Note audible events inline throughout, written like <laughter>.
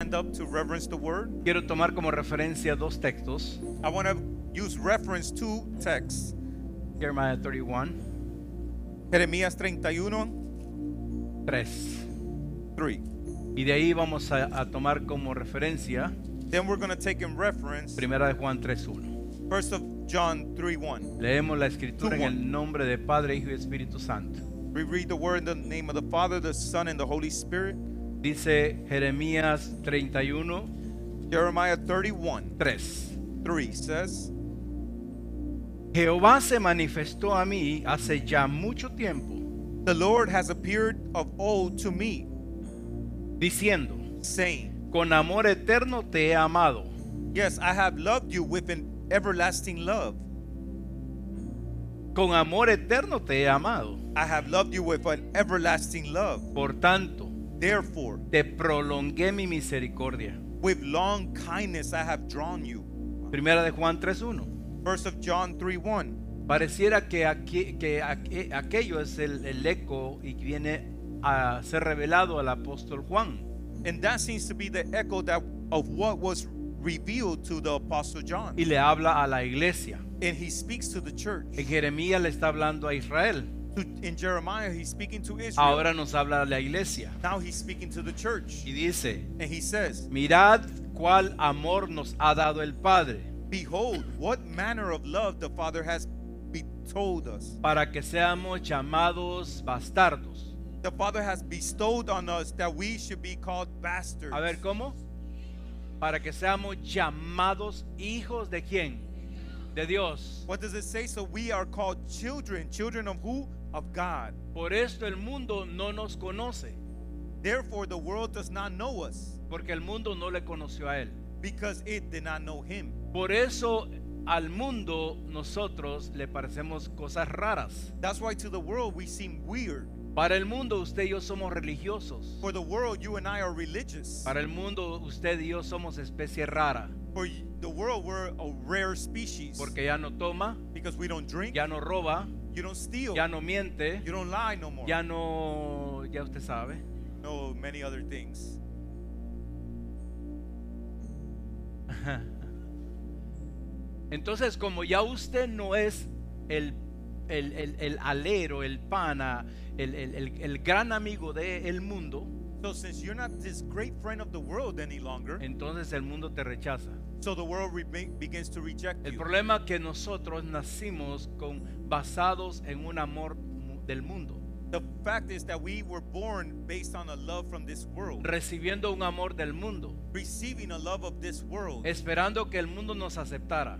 stand up to reverence the word. Quiero tomar como referencia dos textos, I want to use reference to texts. Jeremiah 31, Jeremías 31, 3. 3. Y de ahí vamos a, a tomar como referencia Then we're going to take in reference Primera de Juan 3.1. First of John 3, 1. Leemos la escritura Tú, en Juan. el nombre de Padre, Hijo y Espíritu Santo. We read the word in the name of the Father, the Son, and the Holy Spirit. Dice Jeremías 31, Jeremiah 31, 3. 3 says, Jehová se manifestó a mí hace ya mucho tiempo, The Lord has appeared of old to me, diciendo, saying, con amor eterno te he amado. Yes, I have loved you with an everlasting love. Con amor eterno te he amado. I have loved you with an everlasting love. Por tanto, Therefore, te prolongué mi misericordia. with long kindness I have drawn you. Primera de Juan 3.1. First of John 3, 1. Pareciera que, aquí- que aqu- aquello es el, el eco y que viene a ser revelado al apóstol Juan. And that seems to be the echo that of what was revealed to the apostle John. Y le habla a la iglesia. And he speaks to the church. En Jeremías le está hablando a Israel. To- In Jeremiah, he's speaking to Israel. Ahora nos habla a la iglesia. now he's speaking to the church. Y dice, And he says, mirad cuál amor nos ha dado el Padre Behold, what manner of love the Father has betold us. para que seamos llamados bastardos. The Father has bestowed on us that we should be called bastards. A ver, ¿cómo? Para que seamos llamados hijos de quién? De Dios. what does it say? So we are called children. Children of who? Of God. Por esto el mundo no nos conoce. Therefore, the world does not know us porque el mundo no le conoció a él. because it did not know him. Por eso al mundo nosotros le parecemos cosas raras. That's why to the world we seem weird. Para el mundo usted y yo somos religiosos. For the world, you and I are religious. Para el mundo usted y yo somos especie rara, For y- the world, we're a rare species. porque ya no toma, Because we don't drink, ya no roba, you don't steal, ya no miente, you don't lie no more. ya no, ya usted sabe. No, many other things. Entonces como ya usted no es el, el, el- el alero, el pana, el, el- el- el gran amigo del mundo, So since you're not this great friend of the world any longer, entonces el mundo te rechaza. so the world re- be- begins to reject El you. problema es que nosotros nacimos con basados en un amor mu- del mundo, The fact is that we were born based on a love from this world, recibiendo un amor del mundo, receiving a love of this world, esperando que el mundo nos aceptara,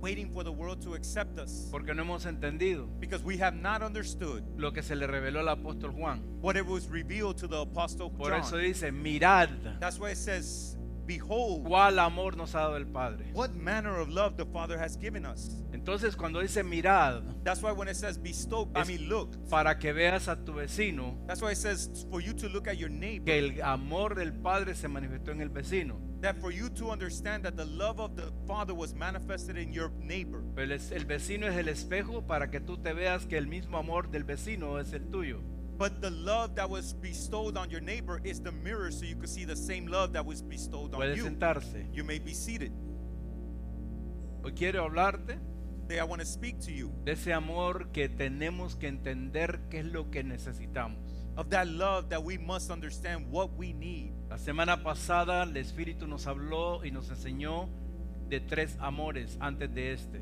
waiting for the world to accept us. porque no hemos entendido Because we have not understood lo que se le reveló al apóstol Juan. what it was revealed to the apostle Por eso John. dice, mirad That's why it says, Behold, cuál amor nos ha dado el Padre. what manner of love the Father has given us. Entonces cuando dice mirad, That's why when it says bestow, I Es- mean look. para que veas a tu vecino, That's why it says for you to look at your neighbor. que el amor del Padre se manifestó en el vecino. That for you to understand that the love of the Father was manifested in your neighbor. Pero el- el vecino es el espejo para que tú te veas que el mismo amor del vecino es el tuyo. But the love that was bestowed on your neighbor is the mirror so you can see the same love that was bestowed on Puede you. sentarse. You may be seated. Hoy quiero hablarte Say, I want to speak to you de ese amor que tenemos que entender qué es lo que necesitamos. of that love that we must understand what we need. La semana pasada el Espíritu nos habló y nos enseñó de tres amores antes de este.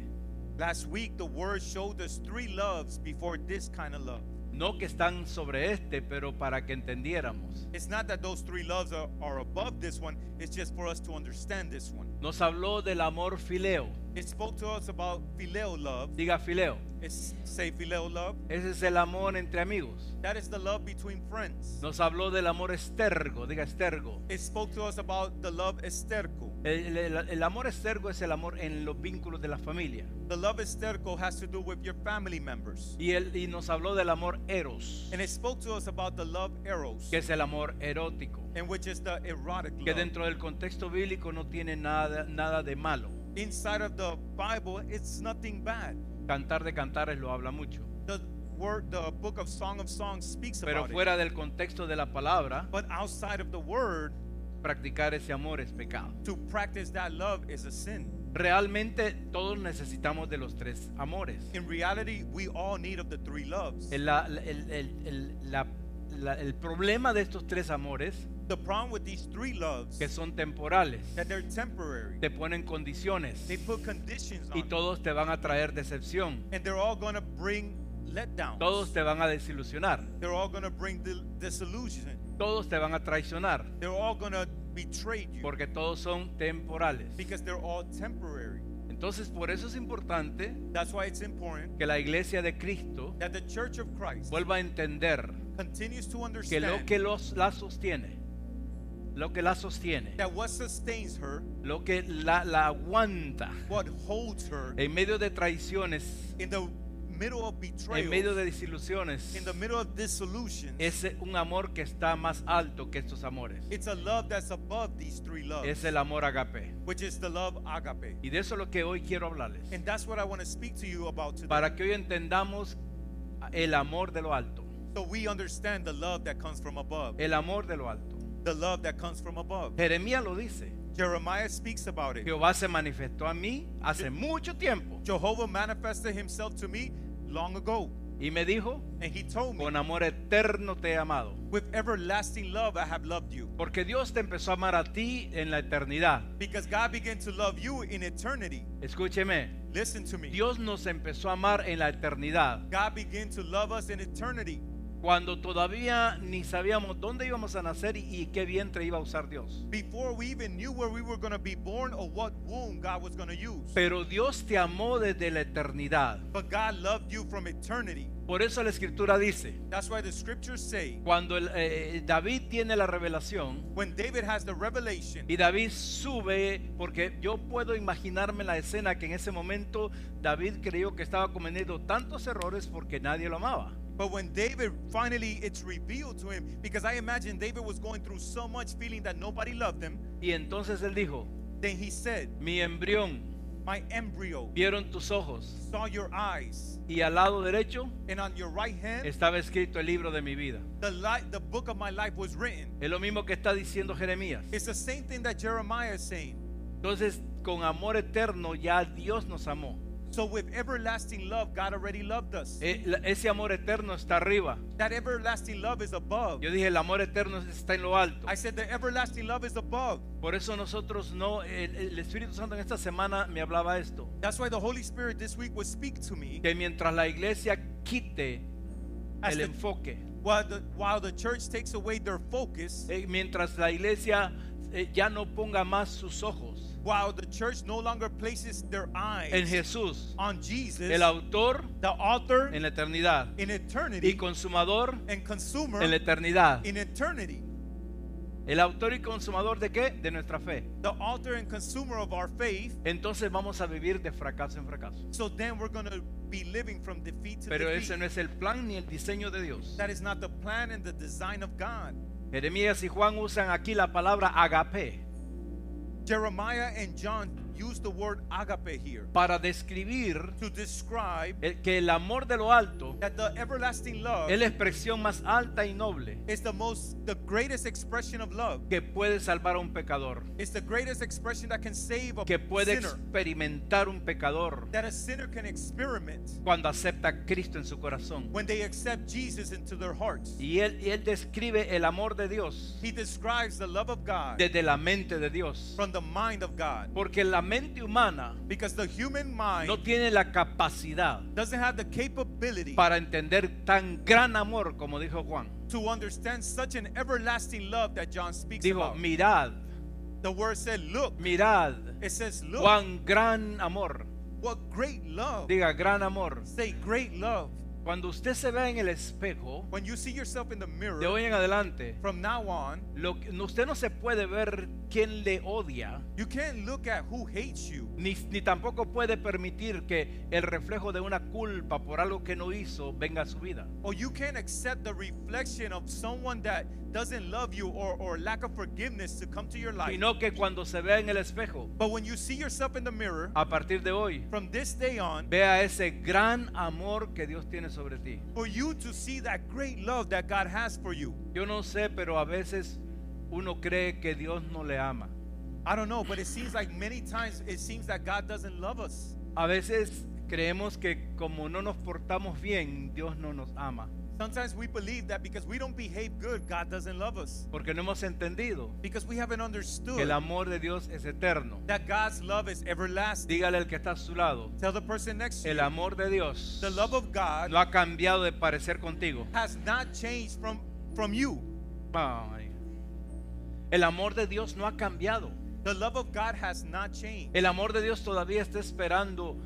Last week, the word showed us three loves before this kind of love. No que están sobre este, pero para que entendiéramos. It's not that those three loves are, are above this one, it's just for us to understand this one. Nos habló del amor fileo, It spoke to us about phileo love. Diga fileo. It's say phileo love. Ese es el amor entre amigos. That is the love between friends. Nos habló del amor estergo. Diga estergo. It spoke to us about the love esterco. El, el- el amor estergo es el amor en los vínculos de la familia. The love esterco has to do with your family members. Y, él, y nos habló del amor eros, And it spoke to us about the love eros, que es el amor erótico, and which is the erotic que love. dentro del contexto bíblico no tiene nada, nada de malo. Inside of the Bible, it's nothing bad. Cantar de Cantares lo habla mucho. The word, the book of Song of Songs speaks Pero about fuera del contexto de la palabra, it. But outside of the word, practicar ese amor es pecado. to practice that love is a sin. Realmente todos necesitamos de los tres amores. In reality, we all need of the three loves. El, la- el- el- el- la- la- el problema de estos tres amores, the problem with these three loves que son temporales, that they're temporary. te ponen condiciones They put conditions on y it, todos te van a traer decepción. and they're all gonna bring letdowns. Todos te van a desilusionar. they're all gonna bring the disillusion. Todos te van a traicionar. They're all gonna betray you Porque todos son temporales. because they're all temporary. Entonces, por eso es importante That's why it's important que la iglesia de Cristo that the Church of Christ vuelva a entender continues to que understand lo que los, la sostiene, lo que la sostiene, that what sustains her, lo que la, la aguanta what holds her en medio de traiciones, in the middle of Eh en betrayal, medio de desilusiones, in the middle of dissolution, es un amor que está más alto que estos amores. it's a love that's above these three loves, Es el amor agape. which is the love agape. Y de eso es lo que hoy quiero hablarles. And that's what I want to speak to you about today. para que hoy entendamos el amor de lo alto, so we understand the love that comes from above. el amor de lo alto. the love that comes from above. Jeremías lo dice. Jeremiah speaks about it. Jehová se manifestó a mí hace Je- mucho tiempo Jehovah manifested himself to me long ago, y me dijo, and he told me, con amor eterno te he amado. With everlasting love I have loved you. Porque Dios te empezó a amar a ti en la eternidad. Because God began to love you in eternity. Escúcheme, Listen to me. Dios nos empezó a amar en la eternidad, God began to love us in eternity cuando todavía ni sabíamos dónde íbamos a nacer y, y qué vientre iba a usar Dios. before we even knew where we were going to be born or what womb God was going to use. Pero Dios te amó desde la eternidad. But God loved you from eternity. Por eso la escritura dice, That's why the scriptures say cuando el, eh, David tiene la revelación when David has the revelation, y David sube, porque yo puedo imaginarme la escena que en ese momento David creyó que estaba cometiendo tantos errores porque nadie lo amaba. but when David finally it's revealed to him, because I imagine David was going through so much feeling that nobody loved him, Y entonces él dijo, then he said, mi embrión, My embryo vieron tus ojos saw your eyes, y al lado derecho and on your right hand, estaba escrito el libro de mi vida. the, light, the book of my life was written. Es lo mismo que está diciendo Jeremías. It's the same thing that Jeremiah is saying. Entonces, con amor eterno ya Dios nos amó. So with everlasting love, God already loved us. Eh, la- Ese amor eterno está arriba. That everlasting love is above. Yo dije, el amor eterno está en lo alto. I said the everlasting love is above. Por eso nosotros no, el, el Espíritu Santo en esta semana me hablaba esto, That's why the Holy Spirit this week would speak to me. que mientras la iglesia quite As el the- enfoque, While the, while the church takes away their focus, eh, mientras la iglesia eh, ya no ponga más sus ojos while the church no longer places their en eyes Jesús, on Jesus, el autor the author en la eternidad in y eternity consumador and consumer en la eternidad. in eternity, ¿El autor y consumador de qué? De nuestra fe. the author and consumer of our faith, Entonces vamos a vivir de fracaso en fracaso. so then we're going to be living from defeat to Pero defeat. ese no es el plan ni el diseño de Dios. That is not the plan and the design of God. Jeremías y Juan usan aquí la palabra agape. Jeremiah and John use the word agape here para describir to describe el- que el amor de lo alto that the everlasting love es la expresión más alta y noble is the most the greatest expression of love. que puede salvar a un pecador, It's the greatest expression that can save a que puede sinner. experimentar un pecador That a sinner can experiment cuando acepta a Cristo en su corazón. when they accept Jesus into their hearts. Y él, y él describe el amor de Dios He describes the love of God desde la mente de Dios, from the mind of God porque la mente humana because the human mind no tiene la capacidad doesn't have the capability para entender tan gran amor como dijo Juan. to understand such an everlasting love that John speaks Dijo, about. mirad The word said, Look. Mirad It says, Look. cuán gran amor. What great love. Diga gran amor. Say, Great love. Cuando usted se vea en el espejo, When you see yourself in the de mirror, hoy en adelante, from now on, lo que- no- usted no se puede ver quién le odia, you can't look at who hates you. ni, ni tampoco puede permitir que el reflejo de una culpa por algo que no hizo venga a su vida. Or you can't accept the reflection of someone that doesn't love you or, or lack of forgiveness to come to your life. Sino que cuando se vea en el espejo, But when you see yourself in the mirror, a partir de hoy, from this day on, vea ese gran amor que Dios tiene sobre ti. for you to see that great love that God has for you. Yo no sé, pero a veces uno cree que Dios no le ama. I don't know, but it seems like many times it seems that God doesn't love us. A veces creemos que como no nos portamos bien, Dios no nos ama. Sometimes we believe that because we don't behave good, God doesn't love us. Porque no hemos entendido Because we haven't que el understood amor de Dios es eterno. that God's love is everlasting. Dígale al que está a su lado, Tell the person next to el you, amor de Dios the love of God no ha cambiado de parecer contigo. has not changed from, from you. Ay. El amor de Dios no ha cambiado. The love of God has not changed. El amor de Dios todavía está esperando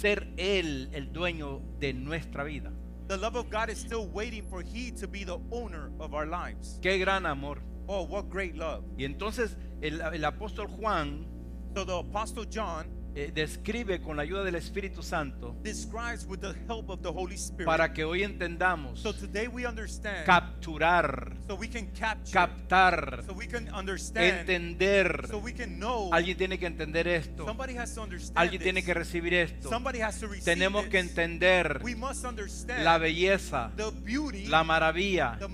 ser Él el dueño de nuestra vida. The love of God is still waiting for He to be the owner of our lives. Qué gran amor. Oh, what great love. Y entonces el, el apóstol Juan So the Apostle John eh, describe con la ayuda del Espíritu Santo describes with the help of the Holy Spirit. para que hoy entendamos so today we understand. capturar, so we can capture. captar, so we can understand. entender. so we can know. Alguien tiene que entender esto. somebody has to understand. Alguien tiene this. que recibir esto. somebody has to receive Tenemos que this. entender We must understand la belleza, the beauty, la maravilla the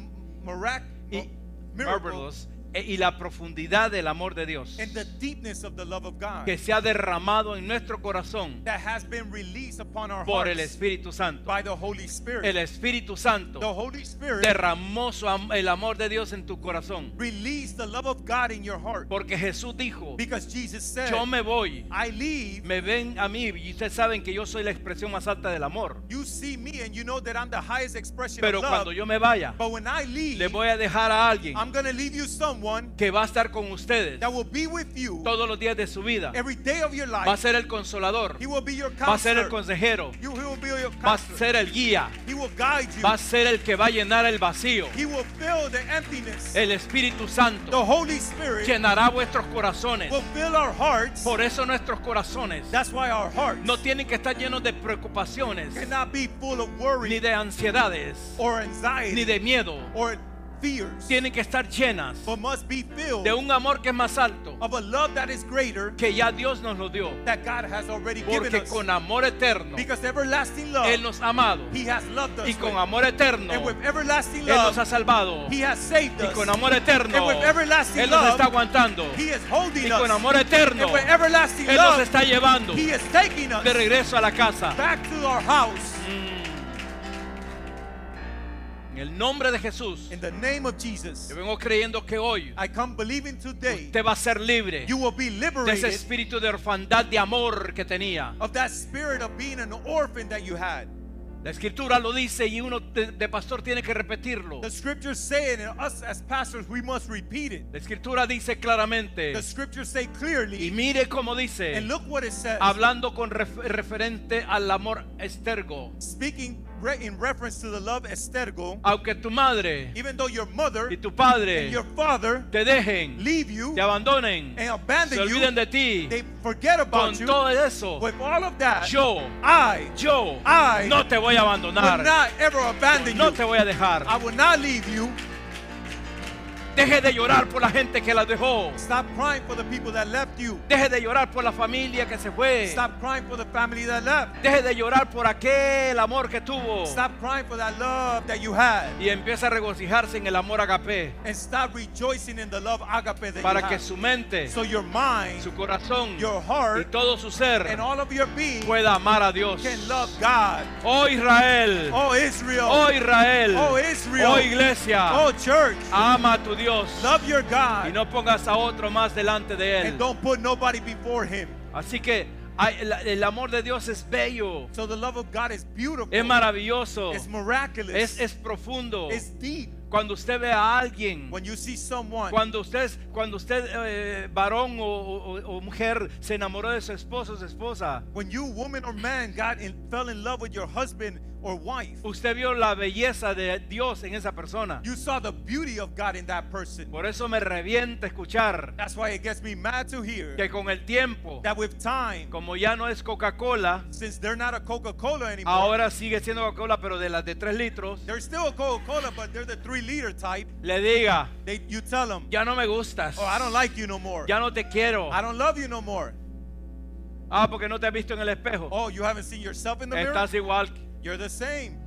mirac- y, miracle, marvelous, e- y la profundidad del amor de Dios and the deepness of the love of God que se ha derramado en nuestro corazón that has been released upon our por el hearts Espíritu Santo. by the Holy Spirit. El Espíritu the Santo Holy Spirit derramó su am- el amor de Dios en tu corazón. release the love of God in your heart Porque Jesús dijo, because Jesus said, yo me voy, I leave, me ven a mí y ustedes saben que yo soy la expresión más alta del amor. you see me, and you know that I'm the highest expression Pero of love. cuando yo me vaya, but when I leave, le voy a dejar a alguien I'm going to leave you someone que va a estar con ustedes that will be with you todos los días de su vida. every day of your life. Va a ser el consolador, he will be your va a ser counselor. el consejero, you, he will be your va a counselor. ser el guía, he will guide you. va a ser el que va a llenar el vacío. he will fill the emptiness. El Espíritu the Santo Holy Spirit llenará vuestros corazones. will fill our hearts. Por eso nuestros corazones That's why our hearts no tienen que estar llenos de preocupaciones, cannot be full of worry ni de ansiedades, or anxiety ni de miedo. or fears, Tienen que estar llenas but must be filled de un amor que es más alto, of a love that is greater que ya Dios nos lo dio. that God has already given Porque us. con amor eterno, because everlasting love, Él nos ha amado. He has loved us. Y con with. amor eterno, and with Él everlasting love, nos ha salvado. He has saved Y us. con amor eterno, and with everlasting Él nos love, está aguantando. he is holding Y us. con amor eterno, and with everlasting Él nos love, está llevando He de is taking us regreso a la casa. back to our house. Mm. En el nombre de Jesús, In the name of Jesus, yo vengo creyendo que hoy I come believing today usted va a ser libre you will be de ese liberated espíritu de orfandad de amor que tenía. of that spirit of being an orphan that you had. La escritura lo dice y uno de, de pastor tiene que repetirlo. The scriptures say it, and us as pastors, we must repeat it. La escritura dice claramente, The scriptures say clearly, y mire cómo dice, and look what it says. hablando con ref- referente al amor estergo, Speaking re- in reference to the love estergo, aunque tu madre even though your mother Ah. y tu and padre your father te dejen, leave you, te abandonen, and abandon se you, olviden de ti, they forget con about you. todo eso, With all of that, yo, I yo I no te voy a will abandonar, not ever abandon no you. te voy a dejar. I will not leave you. Deje de llorar por la gente que la dejó. Stop crying for the people that left you. Deje de llorar por la familia que se fue. Stop crying for the family that left. Deje de llorar por aquel amor que tuvo. Stop crying for that love that you had. Y empieza a regocijarse en el amor agape. And stop rejoicing in the love agape that Para you que have. su mente, so your mind su corazón your y heart todo su ser and all of your being pueda amar a Dios. can love God. Oh Israel, Oh Israel. oh Israel, Oh, Israel. oh iglesia, Oh, church. ama a tu Dios. Love your Y God. no pongas a otro más delante de And él. don't put nobody before him. Así que ay, el, el amor de Dios es bello, So the love of God is beautiful. es maravilloso, It's miraculous. es, es profundo. It's deep. Cuando usted ve a alguien, When you see someone, Mm. cuando usted, cuando usted eh, varón o, o- o mujer se enamoró de su esposo o su esposa, when you, woman or man, got in, fell in love with your husband or wife, usted vio la belleza de Dios en esa persona. you saw the beauty of God in that person. Por eso me revienta escuchar That's why it gets me mad to hear que con el tiempo, that with time, como ya no es Coca-Cola, since they're not a Coca Cola anymore, ahora sigue siendo Coca-Cola, pero de las de 3 litros, they're still a Coca Cola, but they're the three liter type. le diga, They, you tell them, ya no me gustas, oh, I don't like you no more. ya no te quiero, I don't love you no more. ah, porque no te has visto en el espejo, Oh, you haven't seen yourself in the mirror? estás igual. You're the same.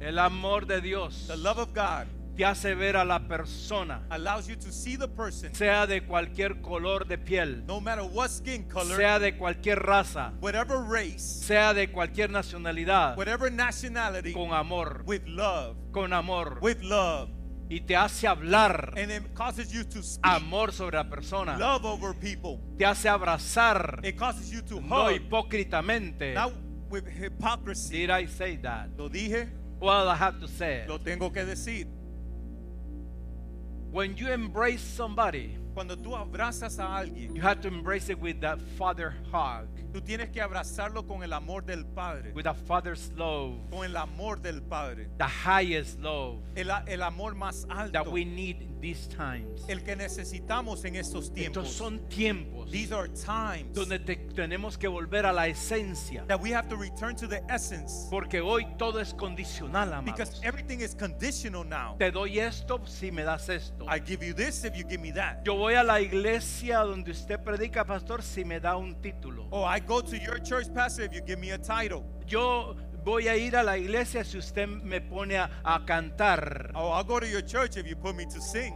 El amor de Dios The love of God te hace ver a la persona, allows you to see the person, sea de cualquier color de piel, no matter what skin color, sea de cualquier raza, whatever race, sea de cualquier nacionalidad, whatever nationality, con amor, with love, con amor, with love. y te hace hablar And it causes you to speak amor sobre la persona, love over people. te hace abrazar, It causes you to no hug, hipócritamente. not with hypocrisy. Did I say that? Lo dije, Well, I have to say it. lo tengo que decir. When you embrace somebody, Cuando tú abrazas a alguien, you have to embrace it with that father hug, tú tienes que abrazarlo con el amor del Padre, with a father's love, con el amor del Padre, the highest love el, el amor más that alto, we need in these times. el que necesitamos en estos Estos tiempos. son tiempos These are times donde te- tenemos que volver a la esencia, that we have to return to the essence porque hoy todo es condicional, because amados. everything is conditional now. Te doy esto si me das esto. I give you this if you give me that. Yo voy a la iglesia donde usted predica, pastor, si me da un título. Oh, I go to your church, Pastor, if you give me a title. Yo voy a ir a la iglesia si usted me pone a, a cantar. Oh, I'll go to your church if you put me to sing.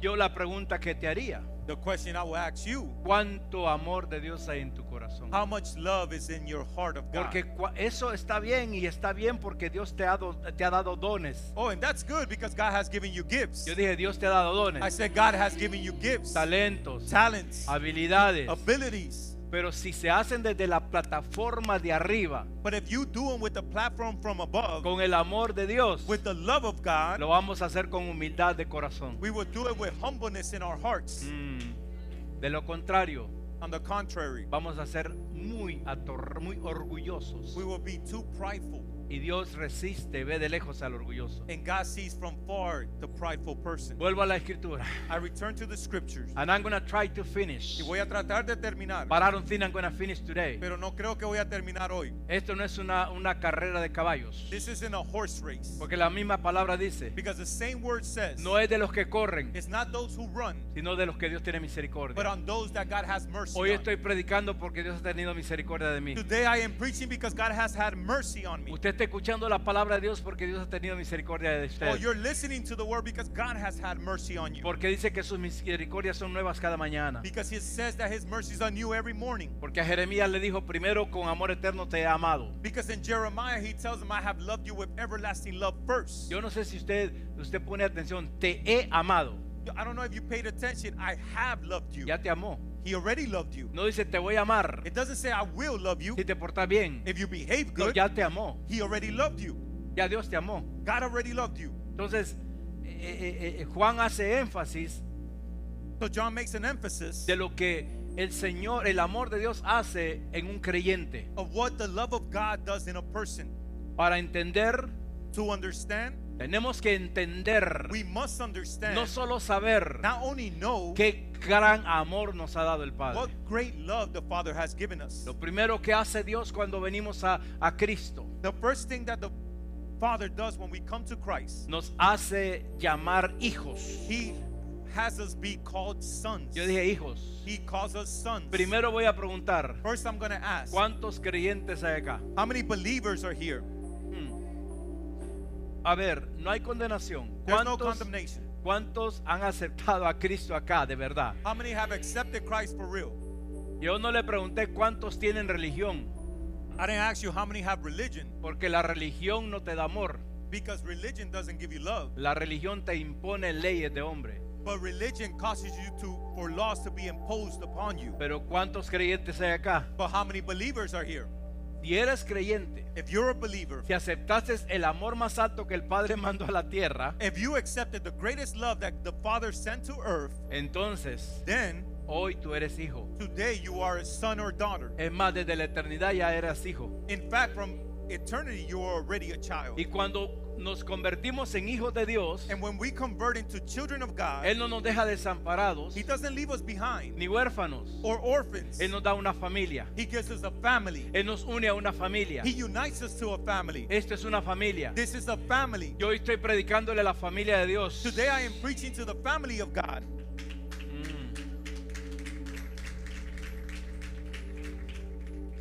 Yo la pregunta que te haría, The question I will ask you ¿cuánto amor de Dios hay en tu corazón? how much love is in your heart of God? Porque cua- eso está bien y está bien porque Dios te ha, do- te ha dado dones. Oh, and that's good because God has given you gifts. Yo dije, Dios te ha dado I dones, said, God has given you gifts, talentos, talents, habilidades. abilities. Pero si se hacen desde la plataforma de arriba, But if you do them with the platform from above, con el amor de Dios, with the love of God, lo vamos a hacer con humildad de corazón. we will do it with humbleness in our hearts. Mm, De lo contrario, On the contrary, vamos a ser muy, ator- muy orgullosos. we will be too prideful, Y Dios resiste, ve de lejos al orgulloso. and God sees from far the prideful person. Vuelvo a la escritura. I return to the scriptures. And I'm going to try to finish. Y voy a tratar de terminar, But I don't think I'm going to finish today. pero no creo que voy a terminar hoy. Esto no es una, una carrera de caballos. This isn't a horse race. Porque la misma palabra dice, Because the same word says, no es de los que corren, it's not those who run, sino de los que Dios tiene but misericordia. on those that God has mercy Hoy on. estoy predicando porque Dios ha tenido misericordia de mí. Today I am preaching because God has had mercy on me. Usted está escuchando la palabra de Dios porque Dios ha tenido misericordia de Oh, usted. you're listening to the word because God has had mercy on you. Porque dice que sus misericordias son nuevas cada mañana. Because He says that His mercies on you every morning. Porque a Jeremías le dijo, primero con amor eterno te he amado. Because in Jeremiah He tells him, I have loved you with everlasting love first. Yo no sé si usted, usted pone atención, te he amado. I don't know if you paid attention. I have loved you. Ya te amó. He already loved you. No dice te voy a amar It doesn't say I will love you. si te portas bien. If you behave No, good, ya te amó. He already loved you. Ya Dios te amó. God already loved you. Entonces, eh, eh, eh, Juan hace énfasis So John makes an emphasis de lo que el Señor, el amor de Dios hace en un creyente. of what the love of God does in a person. Para entender, To understand, tenemos que entender, we must understand, no solo saber not only know qué gran amor nos ha dado el Padre. what great love the Father has given us. Lo primero que hace Dios cuando venimos a, a Cristo, The first thing that the Father does when we come to Christ, nos hace llamar hijos. He has us be called sons. Yo dije hijos. He calls us sons. Primero voy a preguntar, First, I'm going to ask, ¿cuántos creyentes hay acá? how many believers are here? Hmm. A ver, no hay condenación. There's no ¿Cuántos, condemnation. cuántos han aceptado a Cristo acá de verdad? How many have accepted Christ for real? Yo no le pregunté cuántos tienen religión, I didn't ask you how many have religion porque la religión no te da amor. because religion doesn't give you love, La religión te impone leyes de hombre. but religion causes you to for laws to be imposed upon you. Pero ¿cuántos creyentes hay acá? But how many believers are here? si eres creyente, if you're a believer, si aceptaste el amor más alto que el Padre <laughs> mandó a la tierra, if you accepted the greatest love that the Father sent to earth, entonces then hoy tú eres hijo. today you are a son or daughter. Es más, desde la eternidad ya eras hijo. In fact, from eternity, you are already a child. Y cuando nos convertimos en hijos de Dios, And when we convert into children of God, Él no nos deja desamparados He doesn't leave us behind ni huérfanos. or orphans. Él nos da una familia. He gives us a family. Él nos une a una familia. He unites us to a family. Esto es una familia. This is a family. Yo hoy estoy predicándole a la familia de Dios. Today I am preaching to the family of God. Mm.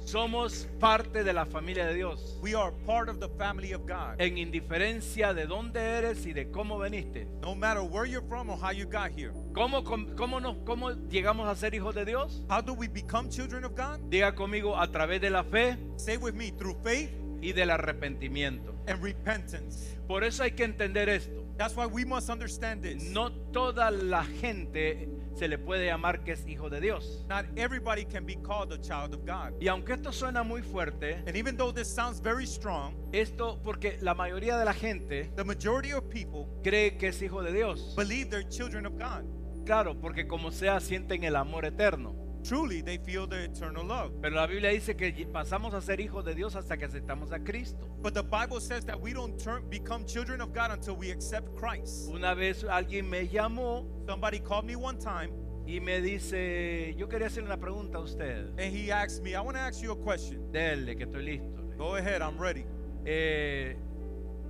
Somos parte de la familia de Dios. We are part of the family of God. En indiferencia de dónde eres y de cómo veniste. No matter where you're from or how you got here. ¿Cómo, com- cómo, nos, ¿Cómo llegamos a ser hijos de Dios? How do we become children of God? Diga conmigo a través de la fe Say with me, through faith y del arrepentimiento. and repentance. Por eso hay que entender esto. That's why we must understand this. No toda la gente se le puede llamar que es hijo de Dios. Not everybody can be called a child of God. Y aunque esto suena muy fuerte, And even though this sounds very strong, esto porque la mayoría de la gente the majority of people cree que es hijo de Dios. believe they're children of God. Claro, porque como sea sienten el amor eterno. Truly, they feel the eternal love. Pero la Biblia dice que pasamos a ser hijos de Dios hasta que aceptamos a Cristo. But the Bible says that we don't turn, become children of God until we accept Christ. Una vez alguien me llamó Somebody called me one time y me dice, yo quería hacerle una pregunta a usted. and he asked me, I want to ask you a question. Dele, que estoy listo. Le digo, Go ahead, I'm ready. "Eh,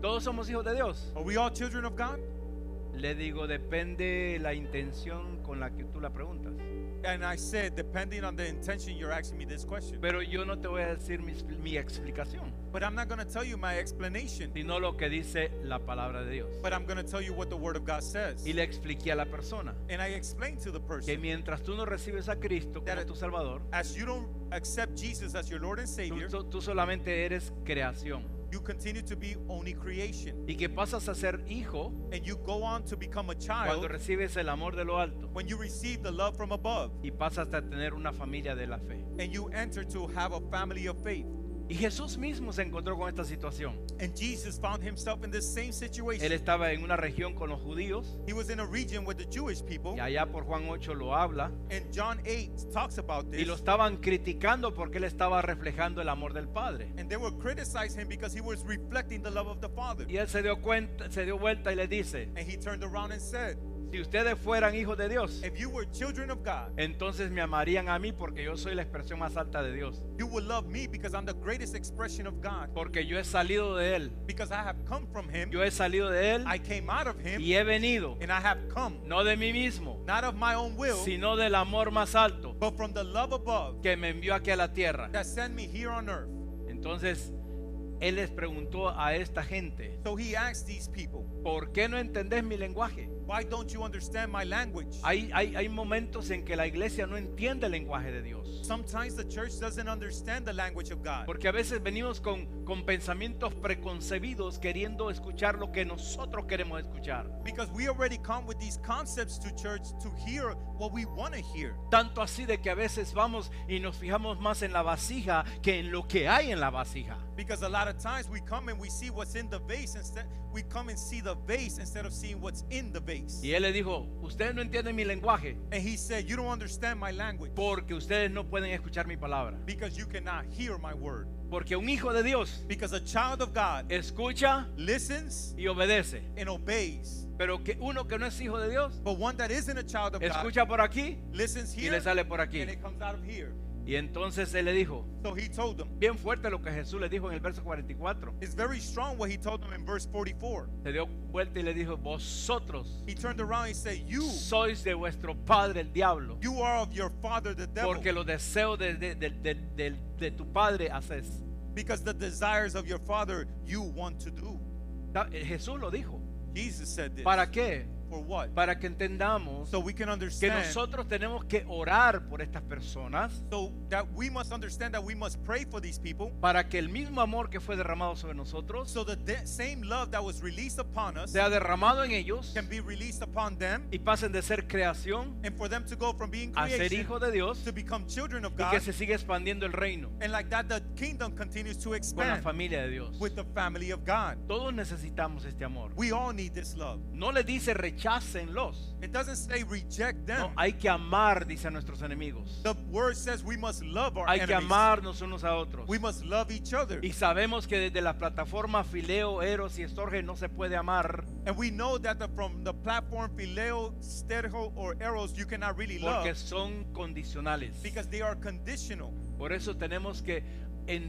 ¿Todos somos hijos de Dios? Are we all children of God? Le digo, depende la intención con la que tú la preguntas. And I said, depending on the intention, you're asking me this question. Pero yo no te voy a decir mi, expl- mi explicación, But I'm not going to tell you my explanation, sino lo que dice la palabra de Dios. but I'm going to tell you what the Word of God says. Y le expliqué a la persona And I explained to the que person mientras tú no recibes a Cristo como That- tu Salvador, as you don't accept Jesus as your Lord and tú, Savior, tú- tú solamente eres creación you continue to be only creation. y que pasas a ser hijo And you go on to become a cuando child recibes el amor de lo alto when you receive the love from above y pasas a tener una familia de la fe. and you enter to have a family of faith. Y Jesús mismo se encontró con esta situación. And Jesus found himself in this same Él situation. estaba en una región con los judíos He was in a region with the Jewish people, y allá por Juan 8 lo habla and John 8 talks about y this. lo estaban criticando porque él estaba reflejando el amor del Padre. And they were criticizing him because he was reflecting the love of the Father. Y él se dio cuenta, se dio vuelta y le dice, And he turned around and said, si ustedes fueran hijos de Dios, If you were children of God, entonces me amarían a mí porque yo soy la expresión más alta de Dios, you would love me because I'm the greatest expression of God. porque yo he salido de él, Because I have come from him, yo he salido de él I came out of him, y he venido, and I have come, no de mí mismo, not of my own will, sino del amor más alto but from the love above que me envió aquí a la tierra. that sent me here on earth. Entonces, él les preguntó a esta gente, So he asked these people, ¿por qué no entendés mi lenguaje? Why don't you understand my language? Hay, hay, hay momentos en que la iglesia no entiende el lenguaje de Dios. Sometimes the church doesn't understand the language of God Porque a veces venimos con, con pensamientos preconcebidos queriendo escuchar lo que nosotros queremos escuchar. because we already come with these concepts to church to hear what we want to hear. Tanto así de que a veces vamos y nos fijamos más en la vasija que en lo que hay en la vasija. Because a lot of times we come and we see what's in the vase instead we come and see the vase instead of seeing what's in the vase. Y él le dijo, ustedes no entienden mi lenguaje And he said, "You don't understand my language porque ustedes no pueden escuchar mi palabra. because you cannot hear my word. Porque un hijo de Dios Because a child of God escucha listens y obedece. and obeys, Pero que uno que no es hijo de Dios but one that isn't a child of God escucha por aquí listens y here le sale por aquí. and it comes out of here." Y entonces él le dijo, So he told them, bien fuerte lo que Jesús le dijo en el verso 44. It's very strong what he told them in verse 44. se dio vuelta y le dijo, vosotros He turned around and said, You, sois de vuestro padre el diablo, you are of your father the devil, porque los deseos de, de- de- de- de- de tu padre haces. because the desires of your father you want to do. Ta- eh, Jesús lo dijo. Jesus said this. ¿Para qué? For what? para que entendamos So we can que understand. nosotros tenemos que orar por estas personas So that we must understand that we must pray for these people. para que el mismo amor que fue derramado sobre nosotros So that the same love that was released upon us sea derramado en ellos can be released upon them. y pasen de ser creación And for them to go from being a ser creation hijos de Dios to become children of y que God. se siga expandiendo el reino And like that, the kingdom continues to con la expand familia de Dios. with the family of God. Todos necesitamos este amor. We all need this love. No le dice rechácenlos. It doesn't say reject No, them. hay que amar, dice a nuestros enemigos. The word says we must love our Hay que enemies. amarnos unos a otros. We must love each other. Y sabemos que desde la plataforma Fileo, Eros y Estorge no se puede amar And we know that the, from the platform Phileo, Sterho, or Eros, you cannot really love porque son condicionales. because they are conditional. Por eso tenemos que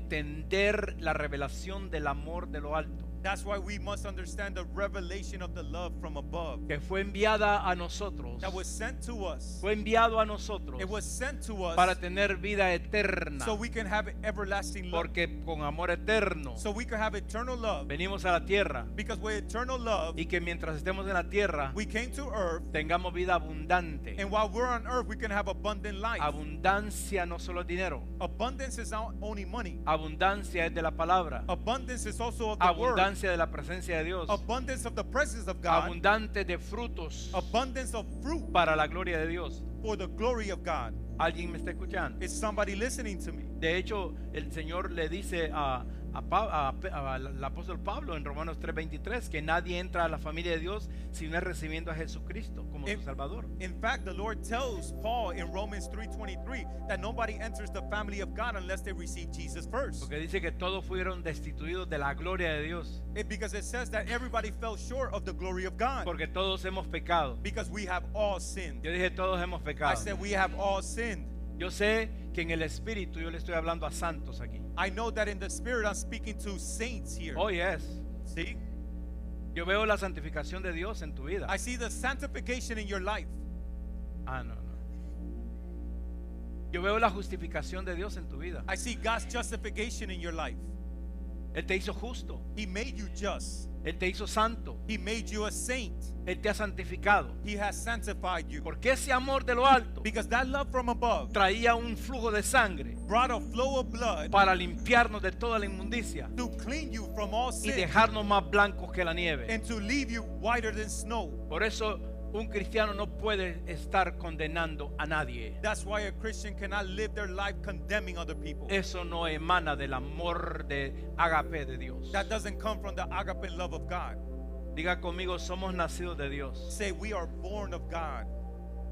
entender la revelación del amor de lo alto, That's why we must understand the revelation of the love from above que fue enviada a nosotros. that was sent to us. Fue enviado a nosotros It was sent to us para tener vida eterna, so we can have everlasting love. porque con amor eterno So we can have eternal love venimos a la tierra because with eternal love, y que mientras estemos en la tierra we came to earth. tengamos vida abundante. And while we're on earth, we can have abundant life. Abundancia no solo es dinero, Abundance is not only money. abundancia es de la palabra, Abundance is also of the word. abundancia de la presencia de Dios, Abundance of the presence of God. abundante de frutos Abundance of fruit para la gloria de Dios. for the glory of God. ¿Alguien me está escuchando? Is somebody listening to me? De hecho, el Señor le dice a, a Pa- a Pe- a- al apóstol Pablo en Romanos 3:23 que nadie entra a la familia de Dios si no es recibiendo a Jesucristo como Eh, su Salvador. In fact, the Lord tells Paul in Romans 3:23 that nobody enters the family of God unless they receive Jesus first. Porque dice que todos fueron destituidos de la gloria de Dios, It- because it says that everybody fell short of the glory of God. porque todos hemos pecado. Because we have all sinned. Yo dije todos hemos I pecado. said we have all sinned. Yo sé que en el espíritu yo le estoy hablando a santos aquí. I know that in the spirit I'm speaking to saints here. Oh, yes. See? Yo veo la santificación de Dios en tu vida. I see the sanctification in your life. Ah, no, no. Yo veo la justificación de Dios en tu vida. I see God's justification in your life. Él te hizo justo. He made you just. Él te hizo santo. He made you a saint. Él te ha santificado. He has sanctified you. Porque ese amor de lo alto Because that love from above traía un flujo de sangre brought a flow of blood para limpiarnos de toda la inmundicia to clean you from all y sin dejarnos más blancos que la nieve. and to leave you whiter than snow. Por eso un cristiano no puede estar condenando a nadie. That's why a Christian cannot live their life condemning other people. Eso no emana del amor de agape de Dios. That doesn't come from the agape love of God. Diga conmigo, somos nacidos de Dios. Say, we are born of God.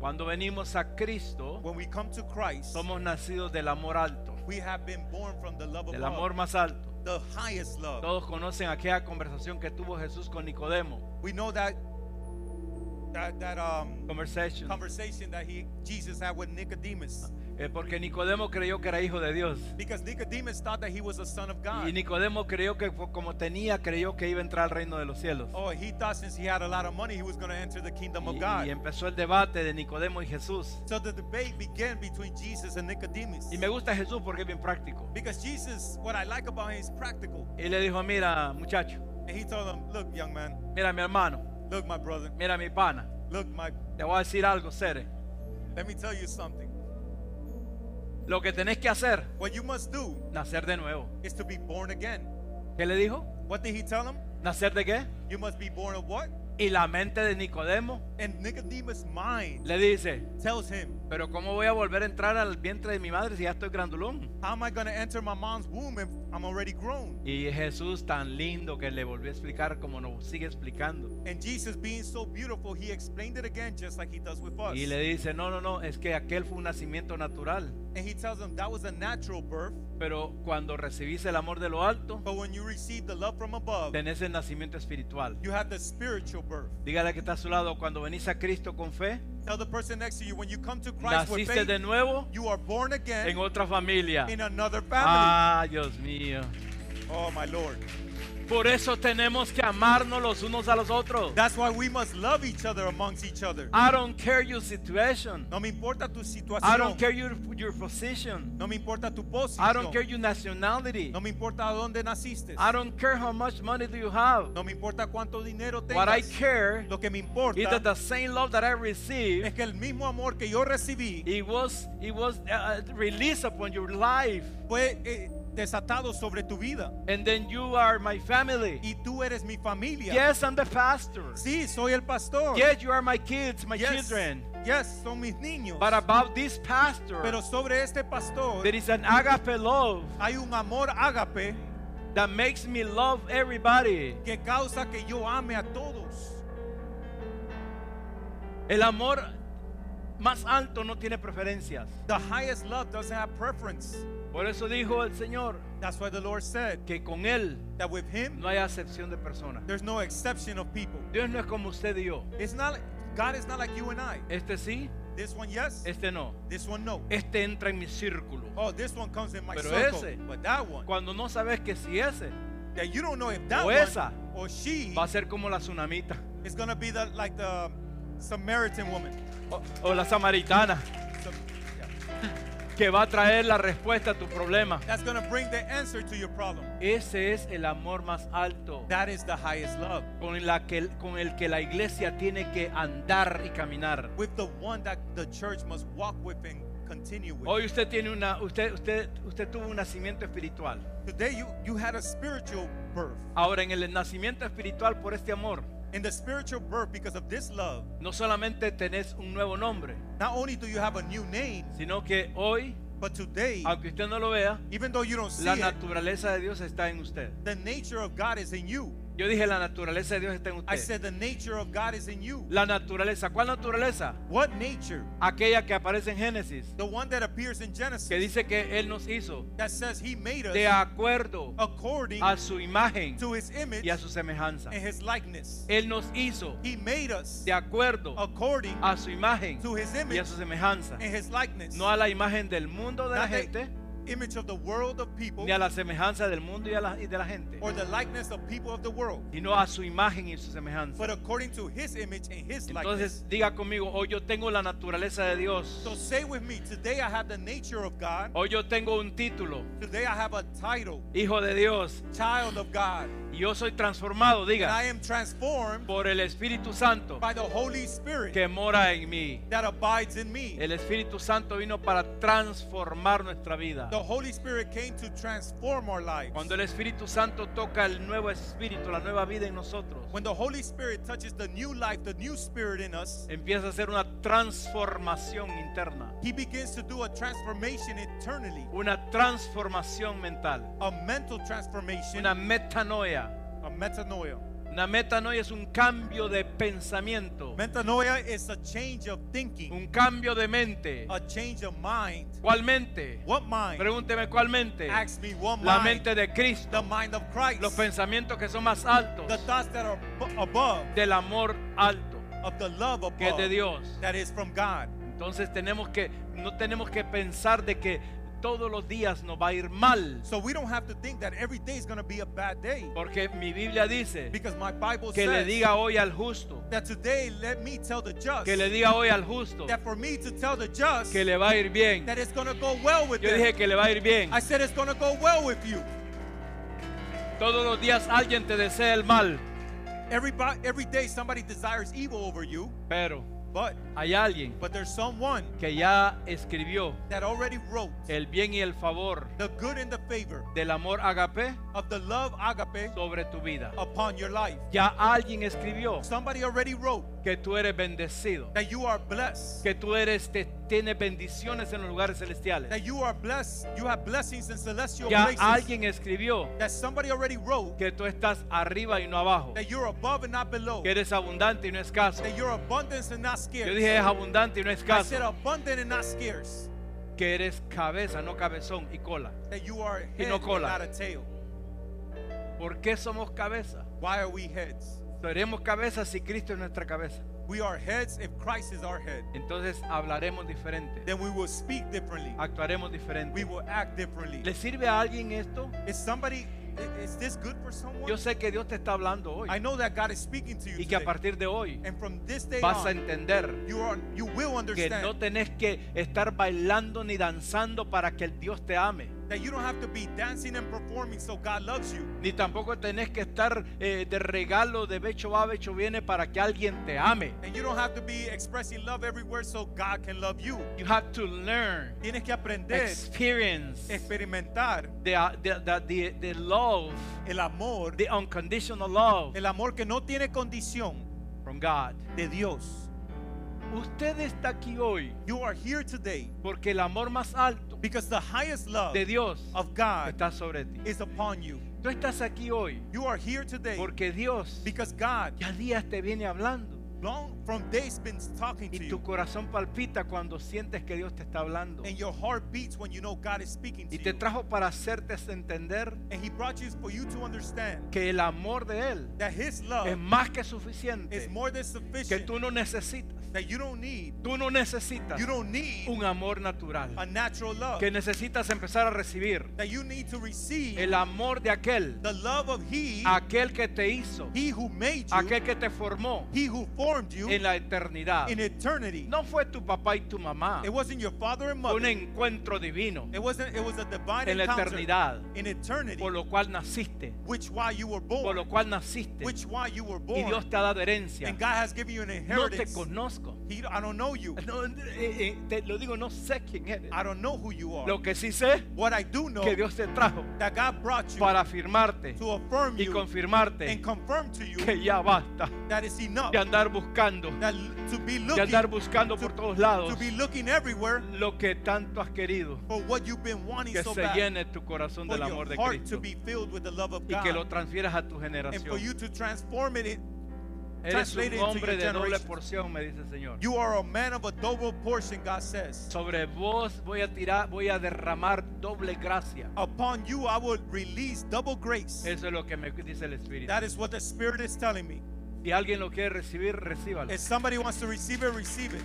Cuando venimos a Cristo, When we come to Christ, somos nacidos del amor alto, we have been born from the love of del God, amor más alto. the highest love. Todos conocen aquella conversación que tuvo Jesús con Nicodemo. We know that that that um Conversation. conversation that he Jesus had with Nicodemus Eh, porque Nicodemo creyó que era hijo de Dios. because Nicodemus thought that he was a son of Y God. Nicodemo creyó que fue- como tenía, creyó que iba a entrar al reino de los cielos. Oh, he thought since he had a lot of money, he was going to enter the kingdom of Y, y God. empezó el debate de Nicodemo y Jesús. So the debate began between Jesus and Nicodemus. Y me gusta Jesús porque es bien práctico. Because Jesus, what I like about him is practical. Y le dijo, mira muchacho, And he told him, Look, young man, mira mi hermano, look, my brother, mira mi pana. look, my, Te voy a decir algo, Cere. let me tell you something. Lo que tenés que hacer, What you must do nacer de nuevo. is to be born again. ¿Qué le dijo? What did he tell him? ¿Nacer de qué? You must be born of what? Y la mente de Nicodemo And Nicodemus' mind le dice, tells him, pero ¿cómo voy a volver a entrar al vientre de mi madre si ya estoy grandulón? How am I going to enter my mom's womb if I'm already grown? Y Jesús tan lindo que le volvió a explicar como nos sigue explicando. And Jesus, being so beautiful, he explained it again just like he does with us. Y le dice, no, no, no, es que aquel fue un nacimiento natural. And he tells him that was a natural birth, Pero cuando recibís el amor de lo alto, but when you receive the love from above, tenés el nacimiento espiritual. you have the spiritual birth. Dígale que está a su lado, cuando venís a Cristo con fe, Tell the person next to you, when you come to Christ with naciste faith, de nuevo you are born again en otra familia. in another family. Ah, Dios mío. Oh, my Lord. Ah, Por eso tenemos que amarnos los unos a los otros. That's why we must love each other amongst each other. I don't care your situation. No me importa tu situación. Ah. I don't care your, your position. No me importa tu posición. I don't care your nationality. No me importa a dónde naciste. I don't care how much money do you have. No me importa cuánto dinero tengas. What I care Lo que me importa is that the same love that I es received, que el mismo amor que yo recibí it was it was uh, released upon your life, fue eh, desatado sobre tu vida. and then you are my family. Y tú eres mi familia. Yes, I'm the pastor. Sí, soy el pastor. Yes, you are my kids, my Yes. children. Yes, son mis niños. But about this pastor, Pero sobre este pastor there is an agape love hay un amor ágape that makes me love everybody. que causa que yo ame a todos. El amor más alto no tiene preferencias. The highest love doesn't have preference. Por eso dijo el Señor That's why the Lord said que con Él that with him no hay acepción de personas. there's no exception of people. Dios no es como usted y yo. It's not like, God is not like you and I. Este sí, This one yes, este no. this one no. Este entra en mi círculo. Oh, this one comes in my Pero circle, ese- but that one Cuando no sabes que si ese that you don't know if that o one esa or she va a ser como la tsunamita is gonna be the like the Samaritan woman. o, o la samaritana Some- yeah. que va a traer la respuesta a tu problema. That's gonna bring the answer to your problem. Ese es el amor más alto That is the highest love. con, la que, con el que la iglesia tiene que andar y caminar. With the one that the church must walk with and continue with. Hoy usted tiene una, usted, usted, usted tuvo un nacimiento espiritual. Today you you had a spiritual birth. Ahora en el nacimiento espiritual por este amor, In the spiritual birth, because of this love, no solamente tenés un nuevo nombre, not only do you have a new name, sino que hoy, but today, aunque usted no lo vea, even though you don't see la it, naturaleza de Dios está en usted. the nature of God is in you. Yo dije la naturaleza de Dios está en I usted. said the nature of God is in you. Eh. La naturaleza, ¿cuál naturaleza? What nature? Aquella que aparece en Génesis, The one that appears in Genesis que dice que Él nos hizo that says He made us de acuerdo according a su imagen to His image y a su semejanza. and His likeness. Él nos hizo He made us de acuerdo according a su imagen to His y image a su semejanza. and His likeness. No a la imagen del mundo de la not the gente, image of the world of people ni a la semejanza del mundo y, a la- y de la gente, or the likeness of people of the world, sino a su imagen y su semejanza. but according to His image and His likeness. Entonces diga conmigo, hoy yo tengo la naturaleza de So Dios, say with me, today I have the nature of God. hoy yo tengo un título, Today I have a title, hijo de Dios, child of God. y yo soy transformado, And I diga, am transformed por el Espíritu Santo by the Holy Spirit que mora en mí. that abides in me. El Espíritu Santo vino para transformar nuestra vida. The Holy Spirit came to transform our lives. Cuando el Espíritu Santo toca el nuevo espíritu, la nueva vida en nosotros, When the Holy Spirit touches the new life, the new spirit in us, empieza a hacer una transformación interna. He begins to do a transformation eternally, una transformación mental, a mental transformation, una metanoia. a metanoia. Una metanoia es un cambio de pensamiento, Metanoia is a change of thinking, un cambio de mente. a change of mind. ¿Cuál mente? What mind? Pregúnteme cuál mente. Ask me what La mind. mente de Cristo, The mind of Christ. los The pensamientos que son más altos thoughts that are ab- above, del amor alto of the love que es de above, Dios. that is from God. Entonces tenemos que no tenemos que pensar de que todos los días nos va a ir mal, So we don't have to think that every day is going to be a bad day. porque mi Biblia dice Because my Bible que le says diga hoy al justo, that today let me tell the just que le diga hoy al justo that for me to tell the just que le va a ir bien. that it's going to go well with Yo them. dije que le va a ir bien. I said it's going to go well with you. Todos los días alguien te desea el mal, Everybody, every day somebody desires evil over you, pero but hay alguien but there's someone que ya escribió that already wrote el bien y el favor the good and the favor del amor agape of the love agape sobre tu vida. upon your life. Ya alguien escribió Somebody already wrote que tú eres bendecido, that you are blessed. que tú eres te, tienes bendiciones en los lugares celestiales. That you are blessed. You have blessings in celestial Ya places. alguien escribió that somebody already wrote que tú estás arriba y no abajo, that you're above and not below. que eres abundante y no escaso. that you're abundance and not scarce. Yo dije es abundante y no I said escaso, abundant and not scarce. que eres cabeza, no cabezón y cola. That you are a head Y no and cola. not a tail. ¿Por qué somos cabeza? Why are we heads? Seremos cabeza si Cristo es nuestra cabeza. We are heads if Christ is our head. Entonces hablaremos diferente, Then we will speak differently. actuaremos We diferente. will act differently. ¿Le sirve a alguien esto? Is somebody I- Is this good for someone? Yo sé que Dios te está hablando hoy I know that God is speaking to you y que a today. partir de hoy and from this day vas a on, entender you, are, you will que understand no tenés que estar bailando ni danzando para que el Dios te ame. that you don't have to be dancing and performing so God loves you. Ni tampoco tenés que estar eh, de regalo de becho va, becho viene para que alguien te ame. And you don't have to be expressing love everywhere so God can love you. You have to learn, Tienes que aprender, experience experimentar the, the, the, the, the love, el amor, the unconditional love el amor que no tiene condición from God. de Dios. Usted está aquí hoy You are here today porque el amor más alto because the highest love de Dios of God está sobre ti. is upon you. Tú estás aquí hoy You are here today porque Dios because God ya días te viene hablando long from days been talking to y tu you. corazón palpita cuando sientes que Dios te está hablando And your heart beats when you know God is speaking to y te you. trajo para hacerte entender And he brought you for you to understand que el amor de Él that his es love más que is suficiente, more than que sufficient tú no necesitas, that you don't need tú no necesitas you don't need un amor a natural, natural love que necesitas empezar a recibir that you need to receive el amor de aquel, the love of he aquel que te hizo, he who made you aquel que te formó he who formed you en la eternidad. in eternity No fue tu papá y tu mamá, it wasn't your father and fue un mother encuentro divino it wasn't it was a divine en la encounter eternidad, in eternity por lo cual naciste, which why you were por born lo cual naciste which why you were y born Dios te ha dado herencia. and God has given you an No te inheritance conozco. he, I don't know you No, eh, eh, te lo digo, no sé quién eres. I don't know who you are Lo que sí sé what I do know que Dios te trajo that God brought you para afirmarte to affirm y you confirmarte and confirm to you que ya basta that it's enough de andar buscando, that l- to be de looking andar buscando por todos lados to be looking everywhere lo que tanto has querido, for what you've been wanting que so se bad llene tu corazón for del your amor de heart to Cristo be filled with the love of y que lo God transfieras a tu and for generación. you to transform it in- Eres translate it un into hombre your de doble generation. porción, me dice el Señor. you are a man of a double portion God says Sobre vos voy a tirar, voy a derramar doble gracia. upon you I will release double grace Eso es lo que me dice el Espíritu. that is what the Spirit is telling me Si alguien lo quiere recibir, recíbalo. if somebody wants to receive it receive it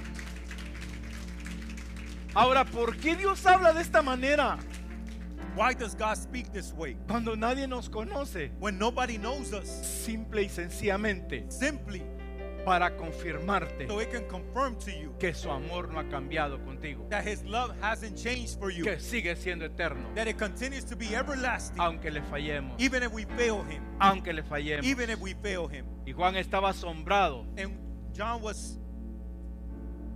Ahora, ¿por qué Dios habla de esta manera why does God speak this way cuando nadie nos conoce? when nobody knows us Simple y sencillamente simply para confirmarte so it can confirm to you que su amor no ha cambiado contigo, that his love hasn't changed for you que sigue siendo eterno, that it continues to be everlasting aunque le fallemos, even if we fail him aunque le fallemos. even if we fail him Y Juan estaba asombrado. and John was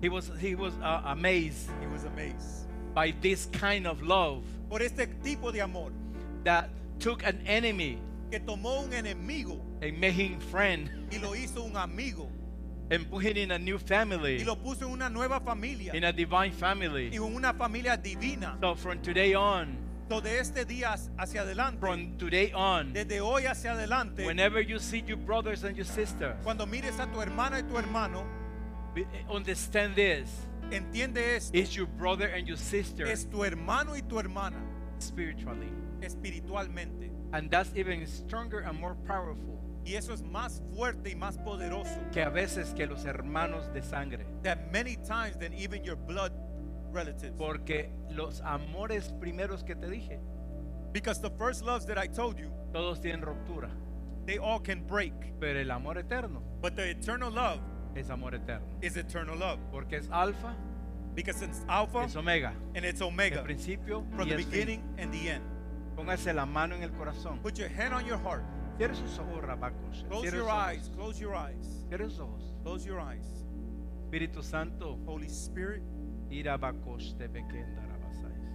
He was, he was uh, amazed he was amazed by this kind of love por este tipo de amor that took an enemy que tomó un enemigo and made him friend y lo hizo un amigo and put him in a new y family, lo puso en una nueva familia in a divine family. y en una familia divina So from today on, so de este día hacia adelante from today on, desde hoy hacia adelante whenever you see your brothers and your sisters, cuando mires a tu hermana y tu hermano be- eh, understand this. entiende esto It's your brother and your sister es tu hermano y tu hermana spiritually. espiritualmente And that's even stronger and more powerful y eso es más fuerte y más poderoso que a veces que los hermanos de sangre. that many times than even your blood relatives Porque los amores primeros que te dije, because the first loves that I told you todos tienen ruptura. they all can break Pero el amor eterno but the eternal love es amor eterno. is eternal love Porque es alfa, because it's alpha es omega. and it's El omega principio from the y el fin. beginning and the end Póngase la mano en el corazón. put your hand on your heart Cierre sus ojos, Rabacos. close Cierre your sus ojos. eyes close your eyes Cierre sus ojos. close your eyes Espíritu Santo, Holy Spirit Irabacoste Bekendarabasais.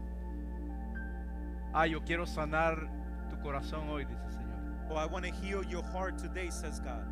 Ah, yo quiero sanar tu corazón hoy, dice el Señor. oh I want to heal your heart today says God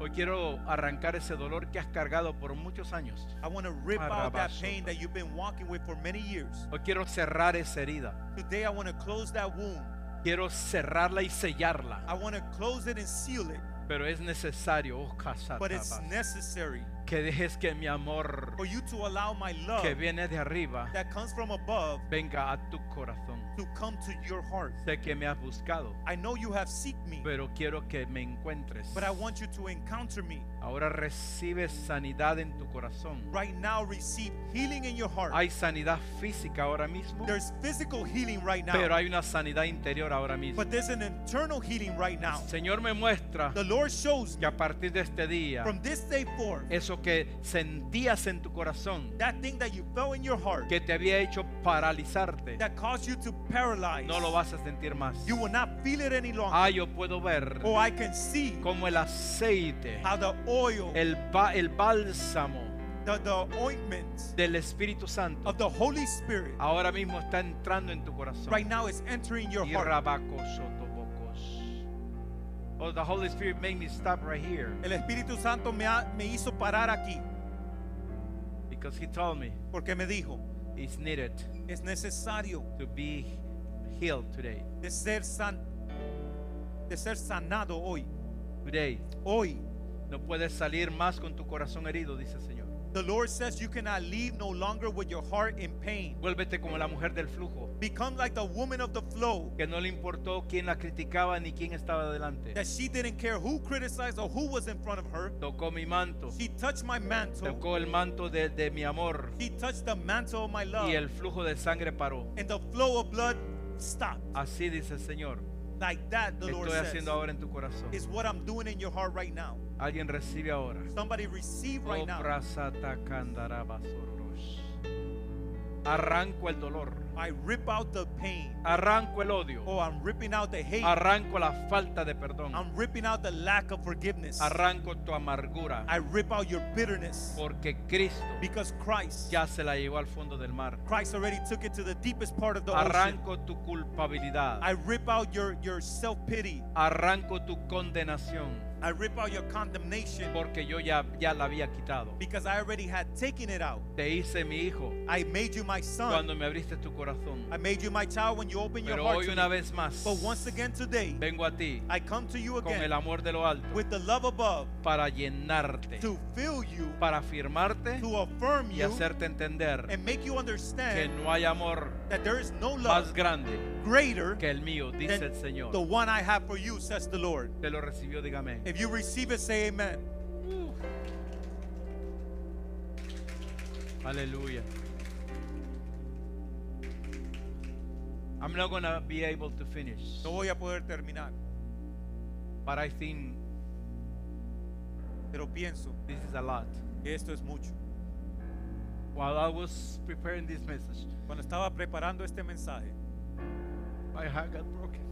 Hoy quiero arrancar ese dolor que has cargado por muchos años. I want to rip out that Arabasoto. pain that you've been walking with for many years Hoy quiero cerrar esa herida. today I want to close that wound Quiero cerrarla y I sellarla. want to close it and seal it Pero es necesario, oh but it's casatabas, necessary que dejes que mi amor for you to allow my love que viene de arriba that comes from above venga a tu corazón. to come to your heart. Sé que me has buscado, I know you have seeked me, pero quiero que me encuentres. but I want you to encounter me. Ahora recibes sanidad en tu corazón. Right now, receive healing in your heart. Hay sanidad física ahora mismo, There's physical healing right pero now, hay una sanidad interior ahora mismo. but there's an internal healing right now. Señor me muestra The Lord shows que me a partir de este día, from this day forth eso que sentías en tu corazón, that thing that you felt in your heart que te había hecho paralizarte, that caused you to paralyze. no lo vas a sentir más. You will not feel it any longer. Ah, yo puedo ver Oh, I can see como el aceite, how the oil, el, ba- el bálsamo the, the ointment del Espíritu Santo of the Holy Spirit ahora mismo está entrando en tu corazón. right now is entering your Y heart. rabacosotobocos. Oh, the Holy Spirit made me stop right here El Espíritu Santo me, ha- me hizo parar aquí because He told me porque me dijo, it's needed es necesario to be healed today. de ser, san, de ser sanado hoy. Today, Hoy, no puedes salir más con tu corazón herido, dice el Señor. the Lord says you cannot leave no longer with your heart in pain. Vuélvete como la mujer del flujo, Become like the woman of the flow que no le importó quién la criticaba ni quién estaba delante. that she didn't care who criticized or who was in front of her. Tocó mi manto, She touched my mantle. tocó el manto de, de mi amor She touched the mantle of my love. y el flujo de sangre paró. And the flow of blood stopped. Así dice el Señor. Like that, the Lord Ah, Estoy says. haciendo ahora en tu corazón. Is what I'm doing in your heart right now. Alguien recibe ahora. Somebody receive Oh, right now. Oprasatakandarabasororos. Arranco el dolor, I rip out the pain. arranco el odio, Oh, I'm ripping out the hate. arranco la falta de perdón, I'm ripping out the lack of forgiveness. arranco tu amargura, I rip out your bitterness. porque Cristo Because Christ, ya se la llevó al fondo del mar. Christ already took it to the deepest part of the ocean. Arranco tu culpabilidad, I rip out your, your self pity. arranco tu condenación, I rip out your condemnation. porque yo ya, ya la había quitado. Because I already had taken it out. Te hice mi hijo I made you my son. cuando me abriste tu corazón. I made you my child when you open your Pero heart hoy to una me. vez más But once again today, vengo a ti I come to you con again el amor de lo alto. with the love above para llenarte, to fill you, para afirmarte to affirm y you, hacerte entender and make you que understand no hay amor that there is no más love grande greater que el mío, dice el than the Señor. one I have for you, says the Lord. Te lo recibió, dígame. If you receive it, say amen. Aleluya. I'm not gonna be able to finish, No voy a poder terminar, but I think pero pienso this is a lot. que esto es mucho. While I was preparing this message, Cuando estaba preparando este mensaje, my heart got broken,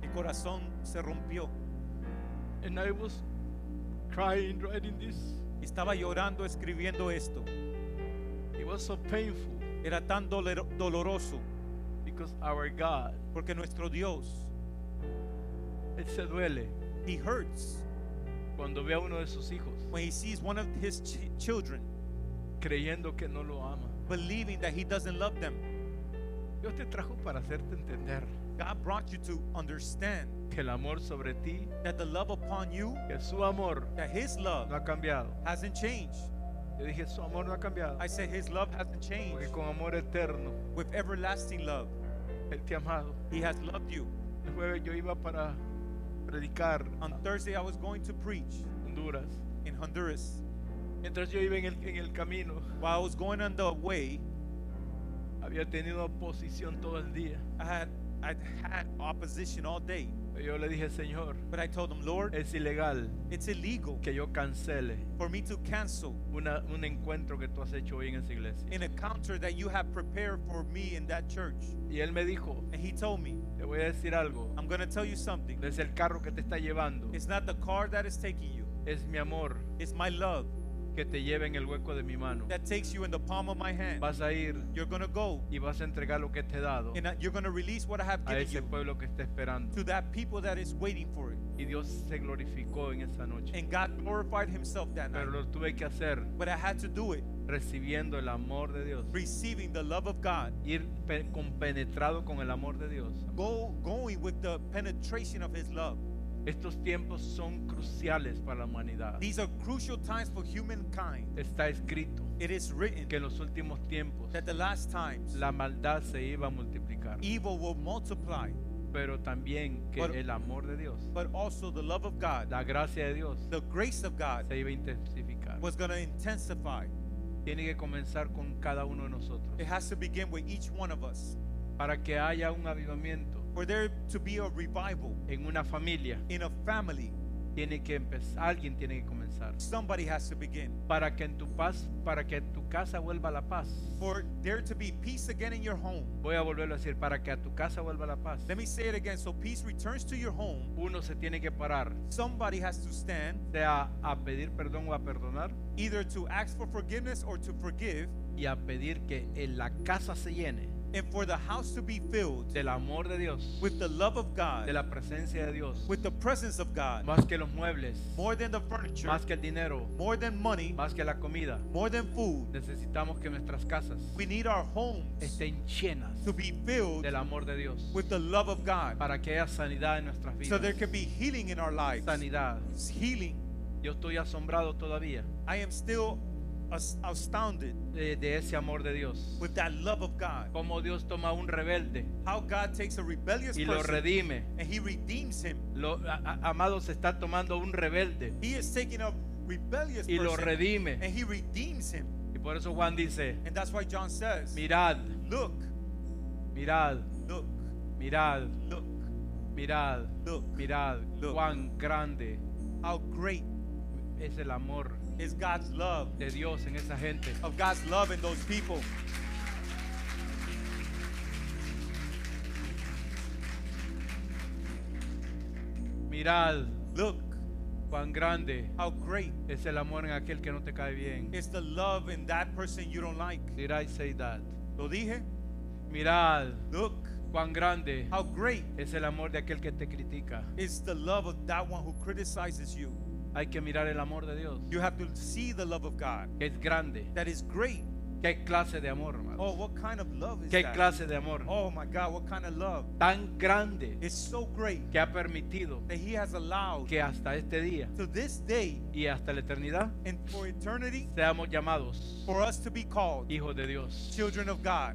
mi corazón se rompió. and I was crying writing this. Estaba llorando escribiendo esto. It was so painful Era tan dolero- doloroso because our God porque nuestro Dios, Él se duele He hurts cuando ve a uno de sus hijos when He sees one of His chi- children creyendo que no lo ama. believing that He doesn't love them. Dios te trajo para hacerte entender God brought you to understand que el amor sobre ti, that the love upon you, que su amor that His no love ha cambiado. hasn't changed. Yo dije, su amor no ha cambiado. I said His love hasn't Porque changed. con amor eterno, With everlasting love, Él te ha amado. He has loved you. El jueves yo iba para predicar On a Thursday, I was going to preach Honduras. in Honduras. Mientras yo iba en el, en el camino, While I was going on the way, había tenido oposición todo el día. I had I had opposition all day. Pero Yo le dije, Señor, But I told them, Lord, es ilegal it's illegal que yo cancele for me to cancel una- un encuentro que tú has hecho hoy en esa iglesia. an encounter that you have prepared for me in that church. Y él me dijo, And He told me, te voy a decir algo. I'm going to tell you something. Desde el carro que te está llevando, It's not the car that is taking you. es mi amor It's my love que te lleva en el hueco de mi mano. that takes you in the palm of my hand. Vas a ir You're going to go y vas a entregar lo que te he dado and I- you're going to release what I have a given ese you pueblo que está esperando. to that people that is waiting for it. Y Dios se glorificó en esa noche. And God glorified Himself that Pero night. lo tuve que hacer But I had to do it, recibiendo el amor de Dios. receiving the love of God, Ir pe- compenetrado con el amor de Dios. go, going with the penetration of His love. Estos tiempos son cruciales para la humanidad. These are crucial times for humankind. Está escrito It is written que en los últimos tiempos that the last times la maldad se iba a multiplicar, evil will multiply, pero también que Pero- el amor de Dios, but also the love of God, la gracia de Dios, the grace of God se iba a intensificar. was going to intensify. Tiene que comenzar con cada uno de nosotros It has to begin with each one of us. para que haya un avivamiento For there to be a revival en una familia. in a family, Tiene que empezar, alguien tiene que comenzar somebody has to begin. para que en tu paz, para que en tu casa vuelva la paz. For there to be peace again in your home. Voy a volverlo a decir, para que a tu casa vuelva la paz. Let me say it again. So peace returns to your home. Uno se tiene que parar, Somebody has to stand sea a pedir perdón o a perdonar either to ask for forgiveness or to forgive, y a pedir que en la casa se llene and for the house to be filled del amor de Dios, with the love of God, de la presencia de Dios, with the presence of God, más que los muebles, more than the furniture, más que el dinero, more than money, más que la comida. more than food. Necesitamos que nuestras casas We need our homes estén llenas to be filled del amor de Dios with the love of God, para que haya sanidad en nuestras so vidas. there can be healing in our lives. Sanidad. It's Healing. Yo estoy asombrado todavía I am still as- astounded de, de ese amor de Dios. with that love of God. Cómo Dios toma a un rebelde How God takes a rebellious y lo person redime. and He redeems him. Lo, a- a- amado se está tomando un rebelde He is taking a rebellious y lo person and redime. He redeems him. Y por eso Juan dice, And that's why John says, mirad, look, mirad, look, mirad, look, mirad, look. mirad Look. cuán grande How great es el amor is God's love, de Dios en esa gente. of God's love in those people. Mirad Look, cuán grande how great es el amor en aquel que no te cae bien. is the love in that person you don't like. Did I say that? Lo dije, Mirad look, cuán grande how great es el amor de aquel que te critica. is the love of that one who criticizes you. Hay que mirar el amor de Dios, You have to see the love of God que es grande. that is great. ¿Qué clase de amor, hermano? Oh, what kind of love is ¿Qué that? clase de amor? Oh my God, what kind of love? Tan grande It's so great que ha permitido that He has allowed que hasta este día to this day y hasta la eternidad and for eternity seamos llamados for us to be called hijos de Dios. children of God.